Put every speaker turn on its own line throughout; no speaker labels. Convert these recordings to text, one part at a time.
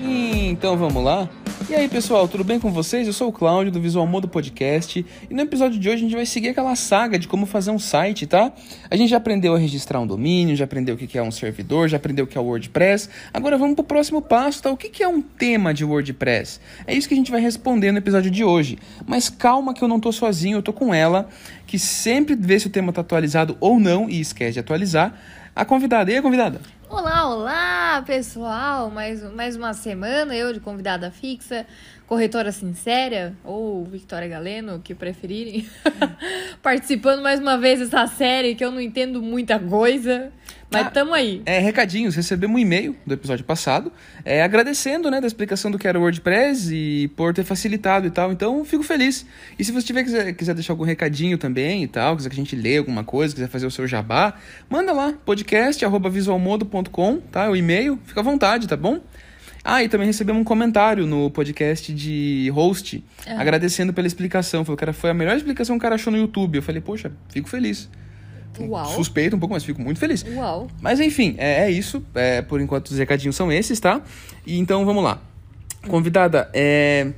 Então vamos lá? E aí pessoal, tudo bem com vocês? Eu sou o Cláudio do Visual Modo Podcast e no episódio de hoje a gente vai seguir aquela saga de como fazer um site, tá? A gente já aprendeu a registrar um domínio, já aprendeu o que é um servidor, já aprendeu o que é o WordPress. Agora vamos pro próximo passo, tá? O que é um tema de WordPress? É isso que a gente vai responder no episódio de hoje. Mas calma que eu não tô sozinho, eu tô com ela, que sempre vê se o tema tá atualizado ou não e esquece de atualizar. A convidada, e aí, convidada?
Olá, olá, pessoal! Mais, mais uma semana, eu de convidada fixa, corretora sincera, ou Victoria Galeno, o que preferirem, participando mais uma vez dessa série que eu não entendo muita coisa, mas
Ah,
tamo aí.
É, recadinhos, recebemos um e-mail do episódio passado, é, agradecendo, né, da explicação do que era o WordPress e por ter facilitado e tal, então fico feliz. E se você tiver, quiser, quiser deixar algum recadinho também e tal, quiser que a gente lê alguma coisa, quiser fazer o seu jabá, manda lá, podcast, arroba visualmodo.com, tá, É o e-mail, fica à vontade, tá bom? Ah, e também recebemos um comentário no podcast de host, agagradecendo pela explicação, falou que era- foi a melhor explicação que o cara achou no YouTube, eu falei, poxa, fico feliz.
Uau.
Suspeito um pouco, mas fico muito feliz.
Uau!
Mas enfim, é, é isso. É, por enquanto os recadinhos são esses, tá? E então vamos lá. Convidada, é,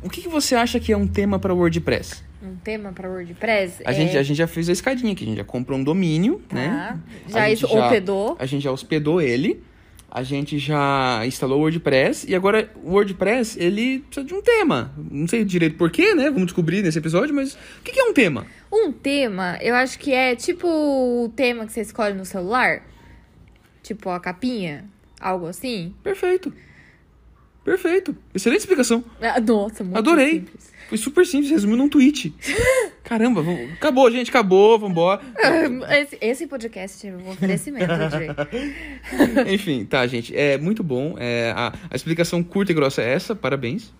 o que, que você acha que é um tema para WordPress?
Um tema para WordPress?
A,
é-
gente, a gente já fez a escadinha aqui, a gente já comprou um domínio,
tá,
né?
Já
A gente
isso hospedou.
A gente já hospedou ele, a gente já instalou o WordPress e agora o WordPress ele precisa de um tema. Não sei direito porquê, né? Vamos descobrir nesse episódio, mas o que, que é um tema?
Um tema, eu acho que é tipo o tema que você escolhe no celular, tipo a capinha, algo assim.
Perfeito. Perfeito. Excelente explicação.
Ah, Nossa, muito
Adorei.
simples.
Foi super simples, resumiu num tweet. Caramba, vamo- acabou, gente, acabou, vambora.
Esse, esse podcast é um oferecimento de...
Enfim, tá, gente, é muito bom. é, a, a explicação curta e grossa é essa, parabéns.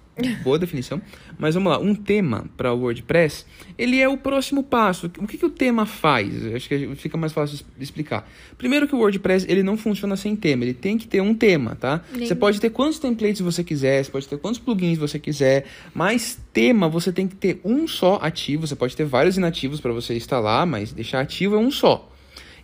Boa definição. Mas vamos lá, um tema para o WordPress, ele é o próximo passo. O que, que o tema faz? Eu Acho que fica mais fácil de explicar. Primeiro que o WordPress, ele não funciona sem tema, ele tem que ter um tema, tá?
Nem-
Você pode ter quantos templates você quiser, você pode ter quantos plugins você quiser, mas tema você tem que ter um só ativo, você pode ter vários inativos para você instalar, mas deixar ativo é um só.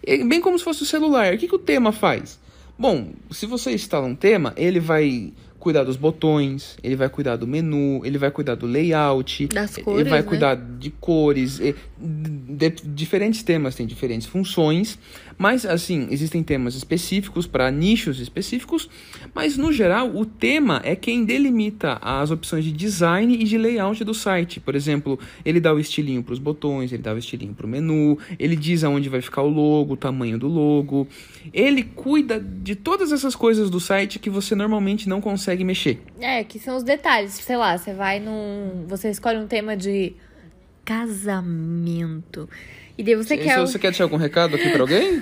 É bem como se fosse o celular. O que, que o tema faz? Bom, se você instala um tema, ele vai cuidar dos botões, ele vai cuidar do menu, ele vai cuidar do layout,
Das cores,
ele vai
né?
cuidar de cores, e- de- diferentes temas têm diferentes funções, mas assim, existem temas específicos para nichos específicos, mas no geral o tema é quem delimita as opções de design e de layout do site. Por exemplo, ele dá o estilinho para os botões, ele dá o estilinho para o menu, ele diz aonde vai ficar o logo, o tamanho do logo. Ele cuida de todas essas coisas do site que você normalmente não consegue mexer.
É, que são os detalhes. Sei lá, você vai num. Você escolhe um tema de casamento. E daí você
Se-
quer. um
se
o-
você quer deixar algum recado aqui pra alguém?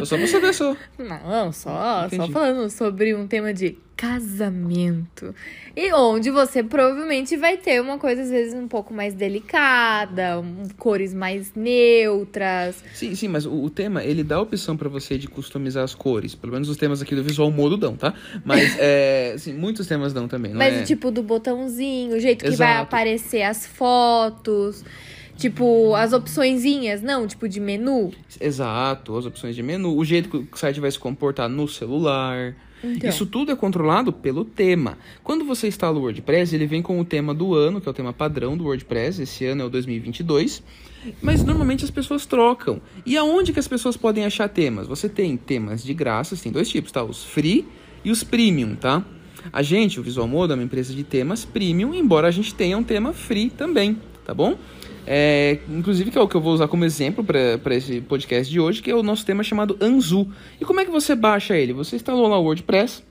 Só só pra saber só.
Não, só, só
Entendi.
falando sobre um tema de casamento. E onde você provavelmente vai ter uma coisa, às vezes, um pouco mais delicada, um- cores mais neutras.
Sim, sim, mas o, o tema, ele dá a opção pra você de customizar as cores. Pelo menos os temas aqui do Visual Modo dão, tá? Mas, é, assim, muitos temas dão também, não
mas
é?
o tipo do botãozinho, o jeito que vai
Exato.
aparecer as fotos. Tipo, as opçõezinhas, não? Tipo, de menu.
Exato, as opções de menu, o jeito que o site vai se comportar no celular.
Então.
Isso tudo é controlado pelo tema. Quando você instala o WordPress, ele vem com o tema do ano, que é o tema padrão do WordPress. Esse ano é o 2022. Mas normalmente as pessoas trocam. E aonde que as pessoas podem achar temas? Você tem temas de graça, tem dois tipos, tá? Os free e os premium, tá? A gente, o Visual Modo, é uma empresa de temas premium, embora a gente tenha um tema free também, tá bom? É, inclusive, que é o que eu vou usar como exemplo para esse podcast de hoje, que é o nosso tema chamado Anzu. E como é que você baixa ele? Você instalou lá o WordPress.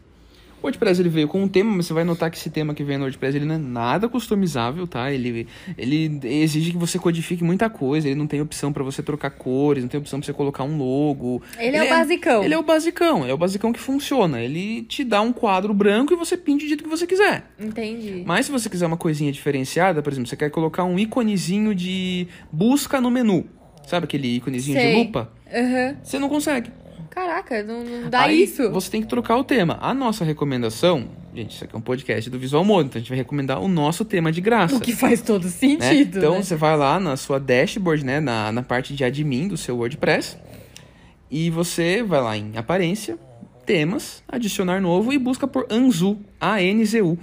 O WordPress ele veio com um tema, mas você vai notar que esse tema que vem no WordPress ele não é nada customizável, tá? Ele, ele exige que você codifique muita coisa, ele não tem opção para você trocar cores, não tem opção para você colocar um logo.
Ele, é o basicão.
Ele é o basicão, é o basicão que funciona. Ele te dá um quadro branco e você pinta do jeito que você quiser.
Entendi.
Mas se você quiser uma coisinha diferenciada, por exemplo, você quer colocar um íconezinho de busca no menu. Sabe aquele íconezinho de
Sei.
lupa?
Aham.
Você não consegue.
Caraca, não, não dá
Aí
isso.
Você tem que trocar o tema. A nossa recomendação, gente, isso aqui é um podcast do Visual Modo, então a gente vai recomendar o nosso tema de graça.
O que faz todo
né?
sentido.
Então
né?
você vai lá na sua dashboard, né? Na, na parte de admin do seu WordPress. E você vai lá em aparência, temas, adicionar novo e busca por Anzu, A-N-Z-U.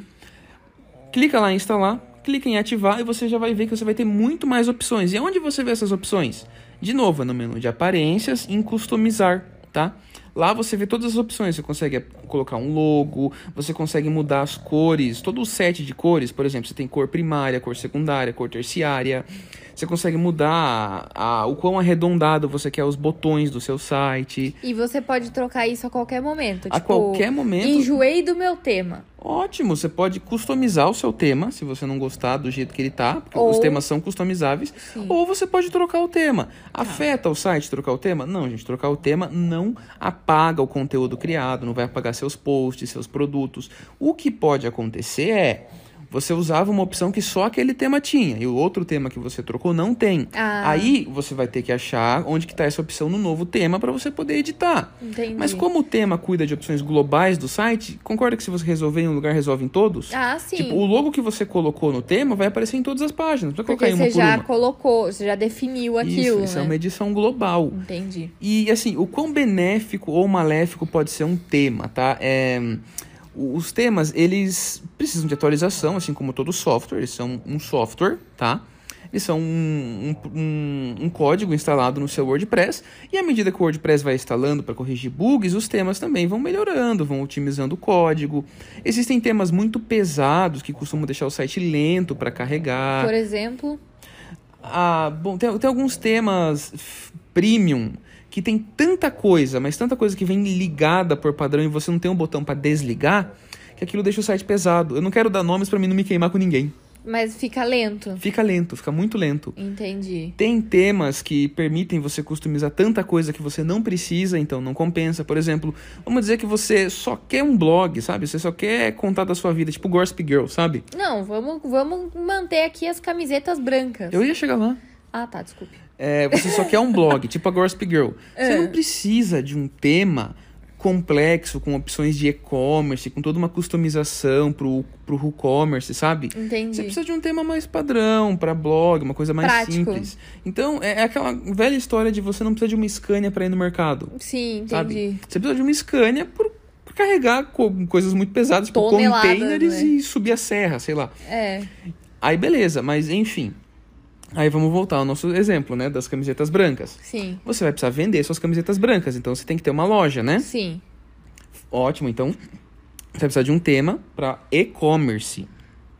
Clica lá em instalar, clica em ativar e você já vai ver que você vai ter muito mais opções. E onde você vê essas opções? De novo, é no menu de aparências, em customizar, tá? Lá você vê todas as opções, você consegue colocar um logo, você consegue mudar as cores, todo o set de cores, por exemplo, você tem cor primária, cor secundária, cor terciária. Você consegue mudar a- a- o quão arredondado você quer os botões do seu site.
E você pode trocar isso a qualquer momento.
A
tipo,
qualquer momento.
Enjoei do meu tema.
Ótimo, você pode customizar o seu tema, se você não gostar do jeito que ele tá, porque os
Ou-
temas são customizáveis.
Sim. Tá.
Ou você pode trocar o tema. Afeta o site trocar o tema? Não, gente, trocar o tema não apaga o conteúdo criado, não vai apagar seus posts, seus produtos. O que pode acontecer é você usava uma opção que só aquele tema tinha e o outro tema que você trocou não tem.
Ah.
Aí você vai ter que achar onde que tá essa opção no novo tema para você poder editar.
Entendi.
Mas como o tema cuida de opções globais do site, concorda que se você resolver em um lugar, resolve em todos?
Ah, sim.
Tipo, o logo que você colocou no tema vai aparecer em todas as páginas. Não precisa
Porque
colocar em uma
você
por
já
uma.
colocou, você já definiu aquilo,
Isso, isso
né?
é uma edição global.
Entendi.
E assim, o quão benéfico ou maléfico pode ser um tema, tá? É, o- os temas, eles precisam de atualização, assim como todo software, eles são um software, tá? Eles são um, um- um- um código instalado no seu WordPress, e à medida que o WordPress vai instalando para corrigir bugs, os temas também vão melhorando, vão otimizando o código. Existem temas muito pesados que costumam deixar o site lento para carregar.
Por exemplo,
Ah, bom, tem, tem alguns temas f- premium que tem tanta coisa, mas tanta coisa que vem ligada por padrão e você não tem um botão pra desligar, que aquilo deixa o site pesado. Eu não quero dar nomes pra mim não me queimar com ninguém.
mas fica lento.
Fica lento, fica muito lento.
Entendi.
Tem temas que permitem você customizar tanta coisa que você não precisa, então não compensa. Por exemplo, vamos dizer que você só quer um blog, sabe? Você só quer contar da sua vida, tipo Gossip Girl, sabe?
Não, vamos, vamos manter aqui as camisetas brancas.
Eu ia chegar lá.
Ah, tá, desculpe.
É, você só quer um blog, tipo a Gossip Girl.
É.
Você não precisa de um tema complexo, com opções de e-commerce, com toda uma customização pro, pro WooCommerce, sabe? Você
Entendi.
precisa de um tema mais padrão, pra blog, uma coisa mais
Prático.
simples. Então, é é aquela velha história de você não precisa de uma Scania pra ir no mercado,
Sim, entendi.
sabe? Você precisa de uma Scania por, por carregar co- coisas muito pesadas, tipo
Toneladas,
containers
né?
e subir a serra, sei lá.
É.
Aí beleza, mas enfim. Aí vamos voltar ao nosso exemplo, né, das camisetas brancas.
Sim.
Você vai precisar vender suas camisetas brancas, então você tem que ter uma loja, né?
Sim.
Ótimo, então você vai precisar de um tema para e-commerce.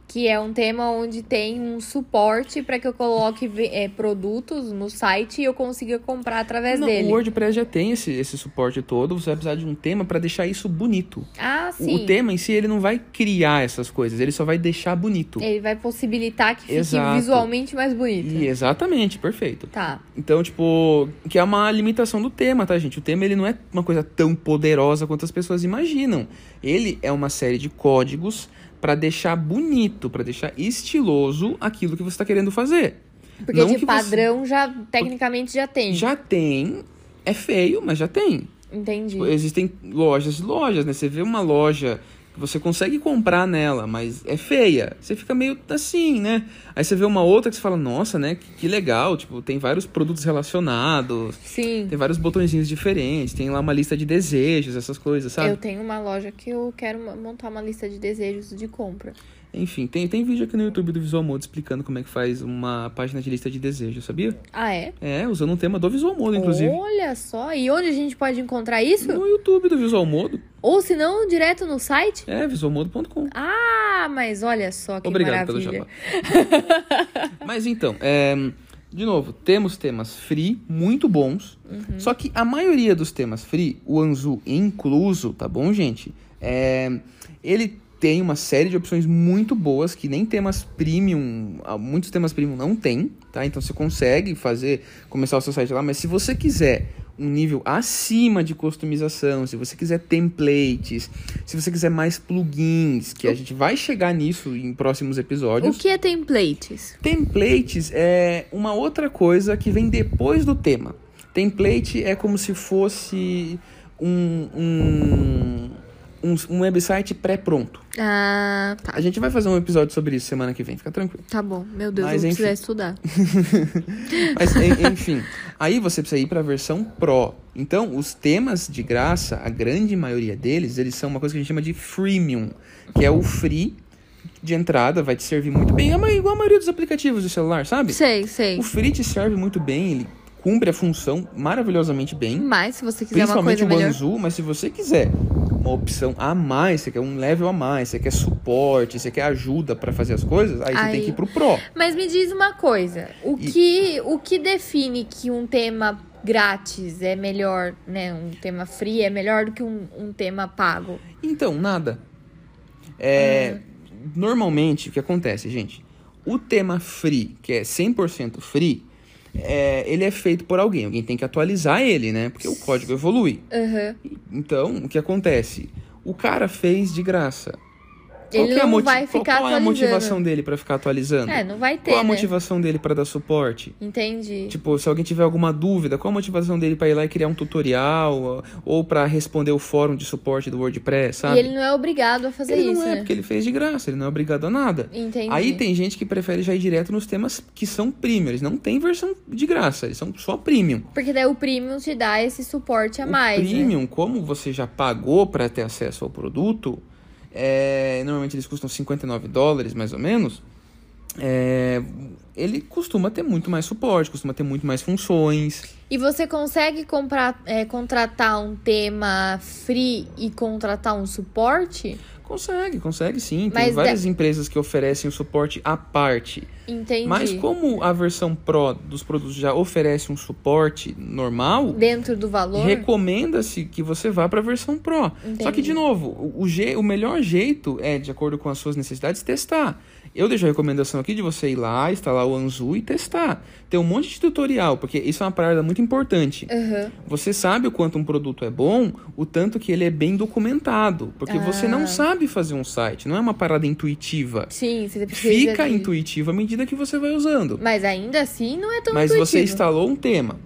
Que é um tema onde tem um suporte para que eu coloque ve- é, produtos no site e eu consiga comprar através
Não,
dele.
O WordPress já tem esse, esse suporte todo, você vai precisar de um tema para deixar isso bonito.
Ah,
O-
sim.
O tema em si, ele não vai criar essas coisas, ele só vai deixar bonito.
Ele vai possibilitar que fique
Exato.
visualmente mais bonito.
E exatamente, perfeito.
Tá.
Então, tipo, que é uma limitação do tema, tá, gente? O tema ele não é uma coisa tão poderosa quanto as pessoas imaginam. Ele é uma série de códigos pra deixar bonito, pra deixar estiloso aquilo que você tá querendo fazer.
Porque
Não
de
que
padrão já tecnicamente já tem.
Já tem, é feio, mas já tem.
Entendi.
Tipo, existem lojas, e lojas, né? Você vê uma loja que você consegue comprar nela, mas é feia. Você fica meio assim, né? Aí você vê uma outra que você fala, nossa, né? Que- Que legal, tipo, tem vários produtos relacionados.
Sim.
Tem vários botõezinhos diferentes, tem lá uma lista de desejos, essas coisas, sabe?
Eu tenho uma loja que eu quero ma- montar uma lista de desejos de compra.
Enfim, tem, tem vídeo aqui no YouTube do Visual Mode explicando como é que faz uma página de lista de desejos, sabia?
Ah, é?
É, usando um tema do Visual Mode, inclusive.
Olha só. E onde a gente pode encontrar isso?
No YouTube do Visual Mode.
Ou se não, direto no site?
É, visualmode.com.
Ah, mas olha só que
Obrigado pelo
maravilha.
jabá. Mas então, é, de novo, temos temas free muito bons. Só que a maioria dos temas free, o Anzu incluso, tá bom, gente? É, ele tem uma série de opções muito boas que nem temas premium, ah, muitos temas premium não tem, tá? Então você consegue fazer, começar o seu site lá, mas se você quiser um nível acima de customização, se você quiser templates, se você quiser mais plugins, que a gente vai chegar nisso em próximos episódios.
O que é templates?
Templates é uma outra coisa que vem depois do tema. Template é como se fosse um, um, um, um website pré-pronto.
Ah, tá.
A gente vai fazer um episódio sobre isso semana que vem, fica tranquilo.
Tá bom. Meu Deus,
Mas,
eu vou
enfim.
precisar estudar.
Mas, en- enfim, Aí você precisa ir para a versão Pro. Então, os temas de graça, a grande maioria deles, eles são uma coisa que a gente chama de freemium, que é o free de entrada, vai te servir muito bem, é uma- igual a maioria dos aplicativos de celular, sabe?
Sei, sei.
O free te serve muito bem, ele cumpre a função maravilhosamente bem.
Mas se você quiser uma
Principalmente
coisa
o
melhor.
Banzu, mas se você quiser uma opção a mais, você quer um level a mais, você quer suporte, você quer ajuda pra fazer as coisas, aí, você
Aí-
tem que ir pro Pro.
Mas me diz uma coisa, o
E-
que o que define que um tema grátis é melhor, né, um tema free é melhor do que um, um tema pago?
Então, nada. É,
Hum.
Normalmente, o que acontece, gente? O tema free, que é 100% free, é, ele é feito por alguém. Alguém tem que atualizar ele, né? Porque o código evolui.
Aham.
Então, o que acontece? O cara fez de graça.
Ele
que é a
não
moti-
vai
qual-
ficar
qual é a
atualizando.
motivação dele pra ficar atualizando?
É, não vai ter,
Qual a
né?
motivação dele pra dar suporte?
Entendi.
Tipo, se alguém tiver alguma dúvida, qual a motivação dele pra ir lá e criar um tutorial ó, ou pra responder o fórum de suporte do WordPress, sabe?
E ele não é obrigado a fazer
Ele
isso,
não é,
né?
porque ele fez de graça, ele não é obrigado a nada.
Entendi.
Aí tem gente que prefere já ir direto nos temas que são premium, eles não têm versão de graça, eles são só premium.
Porque daí o premium te dá esse suporte a mais.
o
né?
premium, como você já pagou pra ter acesso ao produto, é, normalmente eles custam 59 dólares, mais ou menos. é, ele costuma ter muito mais suporte, costuma ter muito mais funções.
E você consegue comprar, é, contratar um tema free e contratar um suporte?
Consegue, consegue sim. Tem
Mas de-
várias empresas que oferecem o suporte à parte.
Entendi.
Mas como a versão Pro dos produtos já oferece um suporte normal,
Dentro do valor?
recomenda-se que você vá para a versão Pro. Só que,
Entendi.
de novo, o, o je- o melhor jeito é, de acordo com as suas necessidades, testar. Eu deixo a recomendação aqui de você ir lá, instalar o Anzu e testar. Tem um monte de tutorial, porque isso é uma parada muito importante.
Aham.
Você sabe o quanto um produto é bom, o tanto que ele é bem documentado. Porque você
Ah.
não sabe fazer um site, não é uma parada intuitiva.
Sim, você precisa.
Fica
de-
intuitiva à medida que você vai usando.
Mas ainda assim não é tão
Mas
intuitivo.
você instalou um tema.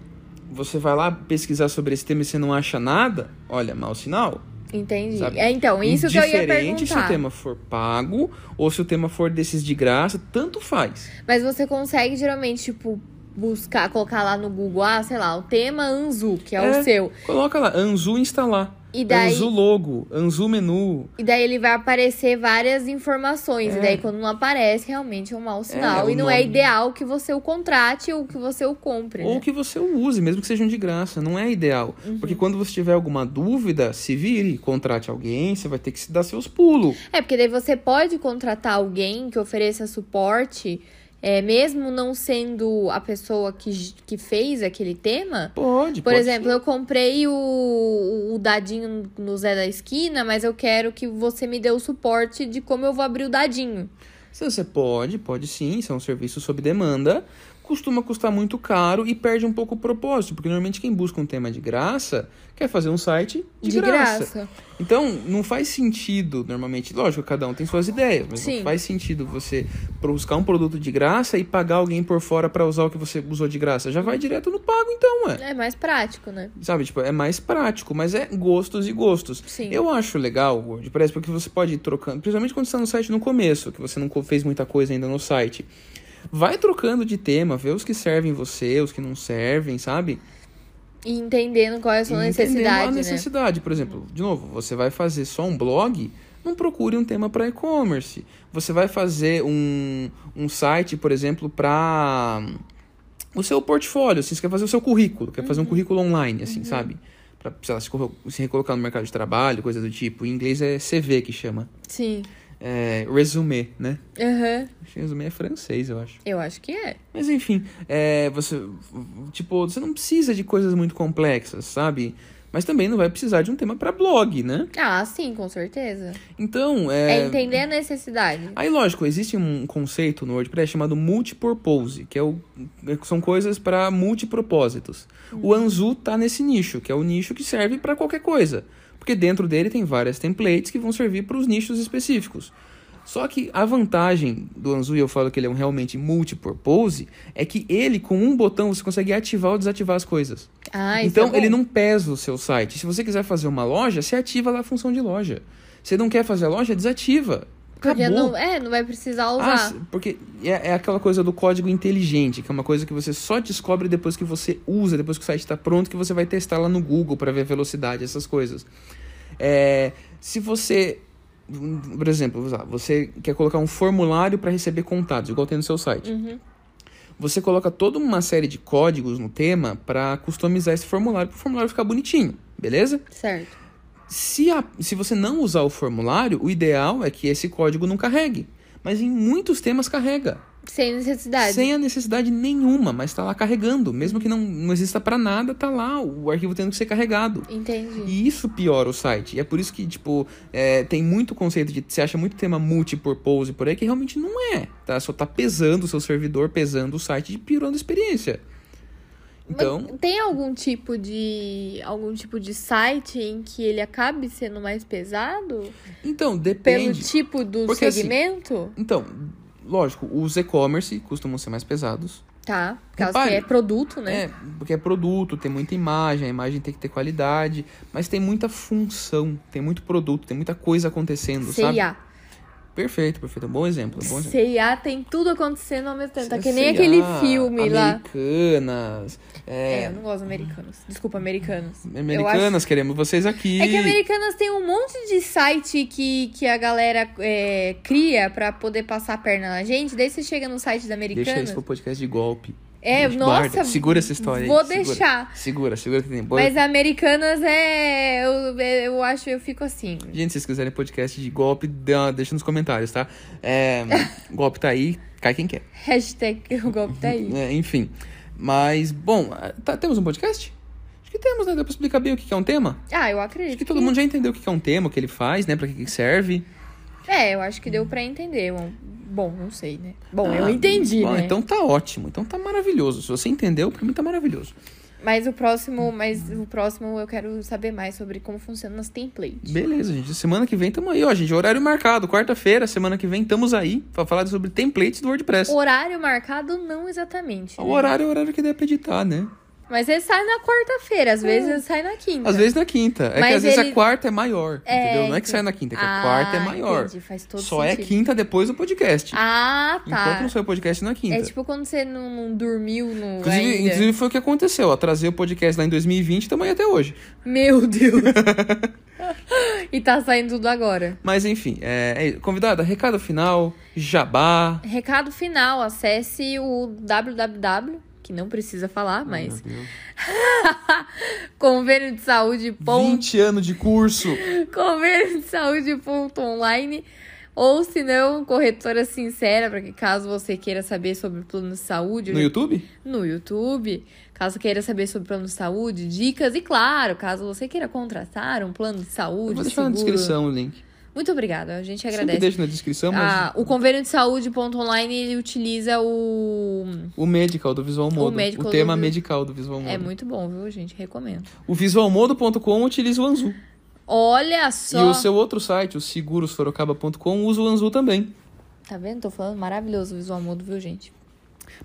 Você vai lá pesquisar sobre esse tema e você não acha nada, olha, mau sinal.
Entendi.
sabe?
É, então, isso que eu ia
Indiferente se o
perguntar.
tema for pago ou se o tema for desses de graça, tanto faz.
Mas você consegue geralmente, tipo, buscar, colocar lá no Google, ah, sei lá, o tema Anzu, que é,
É.
o seu.
Coloca lá, Anzu instalar.
E daí,
Anzu logo, Anzu menu.
e daí ele vai aparecer várias informações.
É.
E daí quando não aparece, realmente é um mau sinal.
o
e não é
nome-
ideal que você o contrate ou que você o compre.
Ou
né?
que você o use, mesmo que sejam de graça, não é ideal.
Uhum.
Porque quando você tiver alguma dúvida, se vire, contrate alguém, você vai ter que se dar seus pulos.
É, porque daí você pode contratar alguém que ofereça suporte, é, mesmo não sendo a pessoa que, j- que fez aquele tema.
Pode,
Por
pode
exemplo, eu comprei o, o dadinho no Zé da Esquina, mas eu quero que você me dê o suporte de como eu vou abrir o dadinho.
Se você pode, pode sim, são serviços sob demanda. Costuma custar muito caro e perde um pouco o propósito, porque normalmente quem busca um tema de graça quer fazer um site de, graça. Então, não faz sentido, normalmente, lógico, cada um tem suas ideias, mas
Sim.
não faz sentido você buscar um produto de graça e pagar alguém por fora pra usar o que você usou de graça. Já vai direto no pago, então, é.
É mais prático, né?
Sabe, tipo, é mais prático, mas é gostos e gostos.
Sim.
Eu acho legal o WordPress porque você pode ir trocando, principalmente quando você está no site no começo, que você não co- fez muita coisa ainda no site. Vai trocando de tema, vê os que servem você, os que não servem, sabe?
E entendendo qual é a sua
E
necessidade,
entendendo a necessidade. Por exemplo, de novo, você vai fazer só um blog, não procure um tema para e-commerce. Você vai fazer um, um site, por exemplo, para o seu portfólio, assim, você quer fazer o seu currículo, quer fazer um currículo online, assim, sabe? Pra, sei lá, se colo- se recolocar no mercado de trabalho, coisa do tipo. Em inglês é CV que chama.
né? Sim.
É, resume, né?
Aham.
Resume é francês, eu acho.
Eu acho que é.
Mas enfim, é, você. Tipo, você não precisa de coisas muito complexas, sabe? Mas também não vai precisar de um tema pra blog, né?
Ah, sim, com certeza.
Então,
É,
é.
entender a necessidade.
Aí, lógico, existe um conceito no WordPress chamado multipurpose, que é o, que são coisas para multipropósitos. O
Hum.
Anzu tá nesse nicho, que é o nicho que serve para qualquer coisa, porque dentro dele tem várias templates que vão servir para os nichos específicos. Só que a vantagem do Anzu, e eu falo que ele é um realmente multipurpose, é que ele, com um botão, você consegue ativar ou desativar as coisas.
Ah, isso
então,
é bom.
ele não pesa o seu site. Se você quiser fazer uma loja, você ativa lá a função de loja. Se não quer fazer a loja, desativa.
Porque
Acabou.
não, é, não vai precisar
Ah,
usar.
se- porque é, é aquela coisa do código inteligente, que é uma coisa que você só descobre depois que você usa, depois que o site está pronto, que você vai testar lá no Google para ver a velocidade, essas coisas. É, se você, por exemplo, vamos lá, você quer colocar um formulário para receber contatos, igual tem no seu site.
Uhum.
Você coloca toda uma série de códigos no tema para customizar esse formulário, para o formulário ficar bonitinho, beleza?
Certo.
Se, a- se você não usar o formulário, o ideal é que esse código não carregue. Mas em muitos temas carrega.
Sem necessidade.
Sem a necessidade nenhuma, mas tá lá carregando. Mesmo que não, não exista pra nada, tá lá o arquivo tendo que ser carregado.
Entendi.
E isso piora o site. E é por isso que, tipo, é, tem muito conceito de. Você acha muito tema multipurpose por aí que realmente não é. Tá? Só tá pesando o seu servidor, pesando o site e piorando a experiência. Então.
Mas tem algum tipo de algum tipo de site em que ele acabe sendo mais pesado
Então,
pelo
depende.
tipo do
Porque, assim,
segmento?
Então, lógico, os e-commerce costumam ser mais pesados.
Tá, por causa
Repare-
que é produto, né?
É, porque é produto, tem muita imagem, a imagem tem que ter qualidade, mas tem muita função, tem muito produto, tem muita coisa acontecendo, sabe?
C&A.
Perfeito, perfeito. É um bom exemplo, é um bom exemplo.
C&A tem tudo acontecendo ao mesmo tempo. Tá que nem
C&A,
aquele filme lá.
Americanas.
É,
É,
eu não gosto de americanos. Desculpa, americanos. Eu acho...
Americanas, queremos vocês aqui.
É que americanas tem um monte de site que, que a galera é, cria pra poder passar a perna na gente. Daí você chega no site da
Deixa
americanas.
isso pro podcast de golpe.
É,
Gente,
nossa.
guarda, segura essa história aí,
Vou
segura.
deixar.
Segura, segura que tem boa.
Mas americanas é. Eu, eu acho, eu fico assim.
Gente, se vocês quiserem podcast de golpe, dá- deixa nos comentários, tá? É, golpe tá aí, cai quem quer.
Hashtag o golpe tá aí.
É, enfim. Mas, bom, tá- temos um podcast? Acho que temos, né? Deu pra explicar bem o que que é um tema.
Ah, eu
Acho
acredito.
que todo mundo já entendeu o que que é um tema, o que ele faz, né? Pra que que serve.
É, eu acho que deu pra entender. Bom, Bom, não sei, né? Bom, eu
Ah,
entendi,
bom,
né?
Então tá ótimo, então tá maravilhoso. Se você entendeu, pra mim tá maravilhoso.
Mas o próximo, mas o próximo eu quero saber mais sobre como funcionam as templates.
Beleza, gente. Semana que vem tamo aí, ó, gente. Horário marcado, quarta-feira, semana que vem estamos aí pra falar sobre templates do WordPress.
Horário marcado, não exatamente.
O
né?
horário é o horário que dá pra editar, né?
Mas ele sai na quarta-feira, às vezes ele sai na quinta.
É. Às vezes na quinta. É
Mas
que às vezes
ele-
a quarta é maior,
É,
entendeu? Não é que
entendi.
sai na quinta, é que a
Ah,
quarta é maior.
Entendi, faz todo
Só é
sentido.
quinta depois do podcast.
Ah,
Enquanto
tá.
não sai o podcast na quinta.
É tipo quando você não, não dormiu no.
Inclusive,
ainda.
inclusive foi o que aconteceu. Atrasei o podcast lá em 2020 e também até hoje.
Meu Deus! e tá saindo tudo agora.
Mas enfim, é, é- convidada, recado final, jabá.
Recado final: acesse o www, que não precisa falar, mas.
Meu Deus.
Convênio de saúde.
20 anos de curso.
Convênio de saúde ponto online ou se não, corretora sincera, para que caso você queira saber sobre plano de saúde
No YouTube?
no YouTube, caso queira saber sobre plano de saúde, dicas e claro, caso você queira contratar um plano de
Eu
saúde,
vou deixar na
seguro.
descrição o link.
Muito obrigada, a gente
Sempre
agradece.
deixo na descrição, mas
Ah, o convênio de saúde ponto online ele utiliza o
o medical do Visual Modo.
medical
O tema
do-
medical do Visual Modo.
é muito bom, viu, gente? Recomendo.
O visualmodo.com utiliza o Anzu.
Olha
E
só,
o seu outro site, o segurosforocaba.com, usa o Anzu também.
tá vendo? Tô falando maravilhoso o visual modo, viu, gente?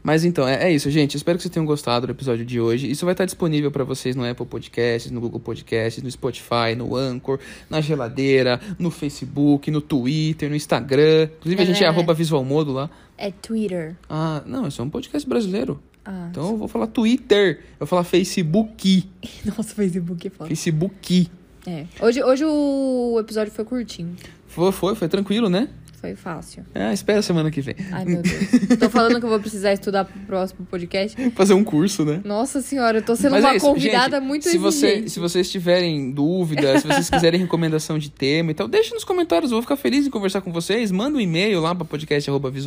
Mas então, é, é isso, gente. Espero que vocês tenham gostado do episódio de hoje. Isso vai estar disponível para vocês no Apple Podcasts, no Google Podcasts, no Spotify, no Anchor, na geladeira, no Facebook, no Twitter, no Instagram. Inclusive, a gente é
É.
arroba visualmodo lá.
É Twitter.
Ah, não, isso é um podcast brasileiro.
Ah,
Então eu vou falar Twitter, eu vou falar Facebook.
Nossa, Facebook é foda.
Facebook.
É. Hoje, hoje o episódio foi curtinho.
Foi, foi, foi tranquilo, né?
Foi fácil.
Ah, espera semana que vem.
Ai, meu Deus. tô falando que eu vou precisar estudar pro próximo podcast.
Fazer um curso, né?
Nossa senhora, eu tô sendo
Mas
uma
é isso,
convidada
gente,
muito
se você,
exigente.
se vocês tiverem dúvidas, se vocês quiserem recomendação de tema e tal, deixe nos comentários, eu vou ficar feliz em conversar com vocês. Manda um e-mail lá para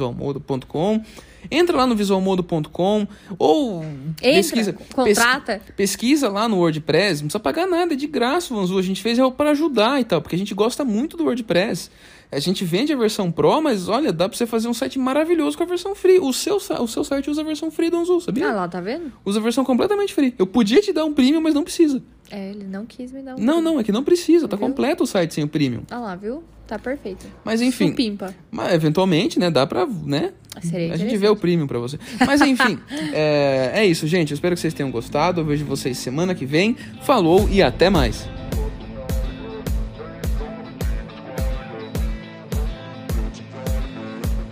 podcast@visualmodo.com. Entra lá no visualmodo.com ou
Entra,
pesquisa,
contrata.
pesqui- pesquisa lá no WordPress, não precisa pagar nada, é de graça, Vanzu, a gente fez para ajudar e tal, porque a gente gosta muito do WordPress. A gente vende a versão Pro, mas olha, dá pra você fazer um site maravilhoso com a versão free. O seu, sa- o seu site usa a versão free do Anzu, sabia?
Ah lá, tá vendo?
Usa a versão completamente free. Eu podia te dar um premium, mas não precisa.
É, ele não quis me dar um.
Não, não, é que não precisa. Tá
Viu?
completo o site sem o premium.
Ah lá, viu? Tá perfeito.
Mas enfim,
Supimpa.
mas eventualmente, né? Dá pra, né?
Seria
A gente vê o
É interessante.
premium pra você. Mas enfim, é, é isso, gente. Eu espero que vocês tenham gostado. Eu vejo vocês semana que vem. Falou e até mais.
Thank you.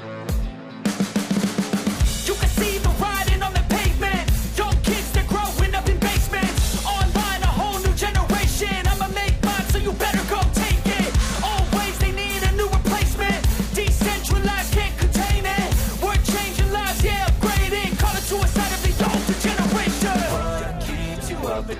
up at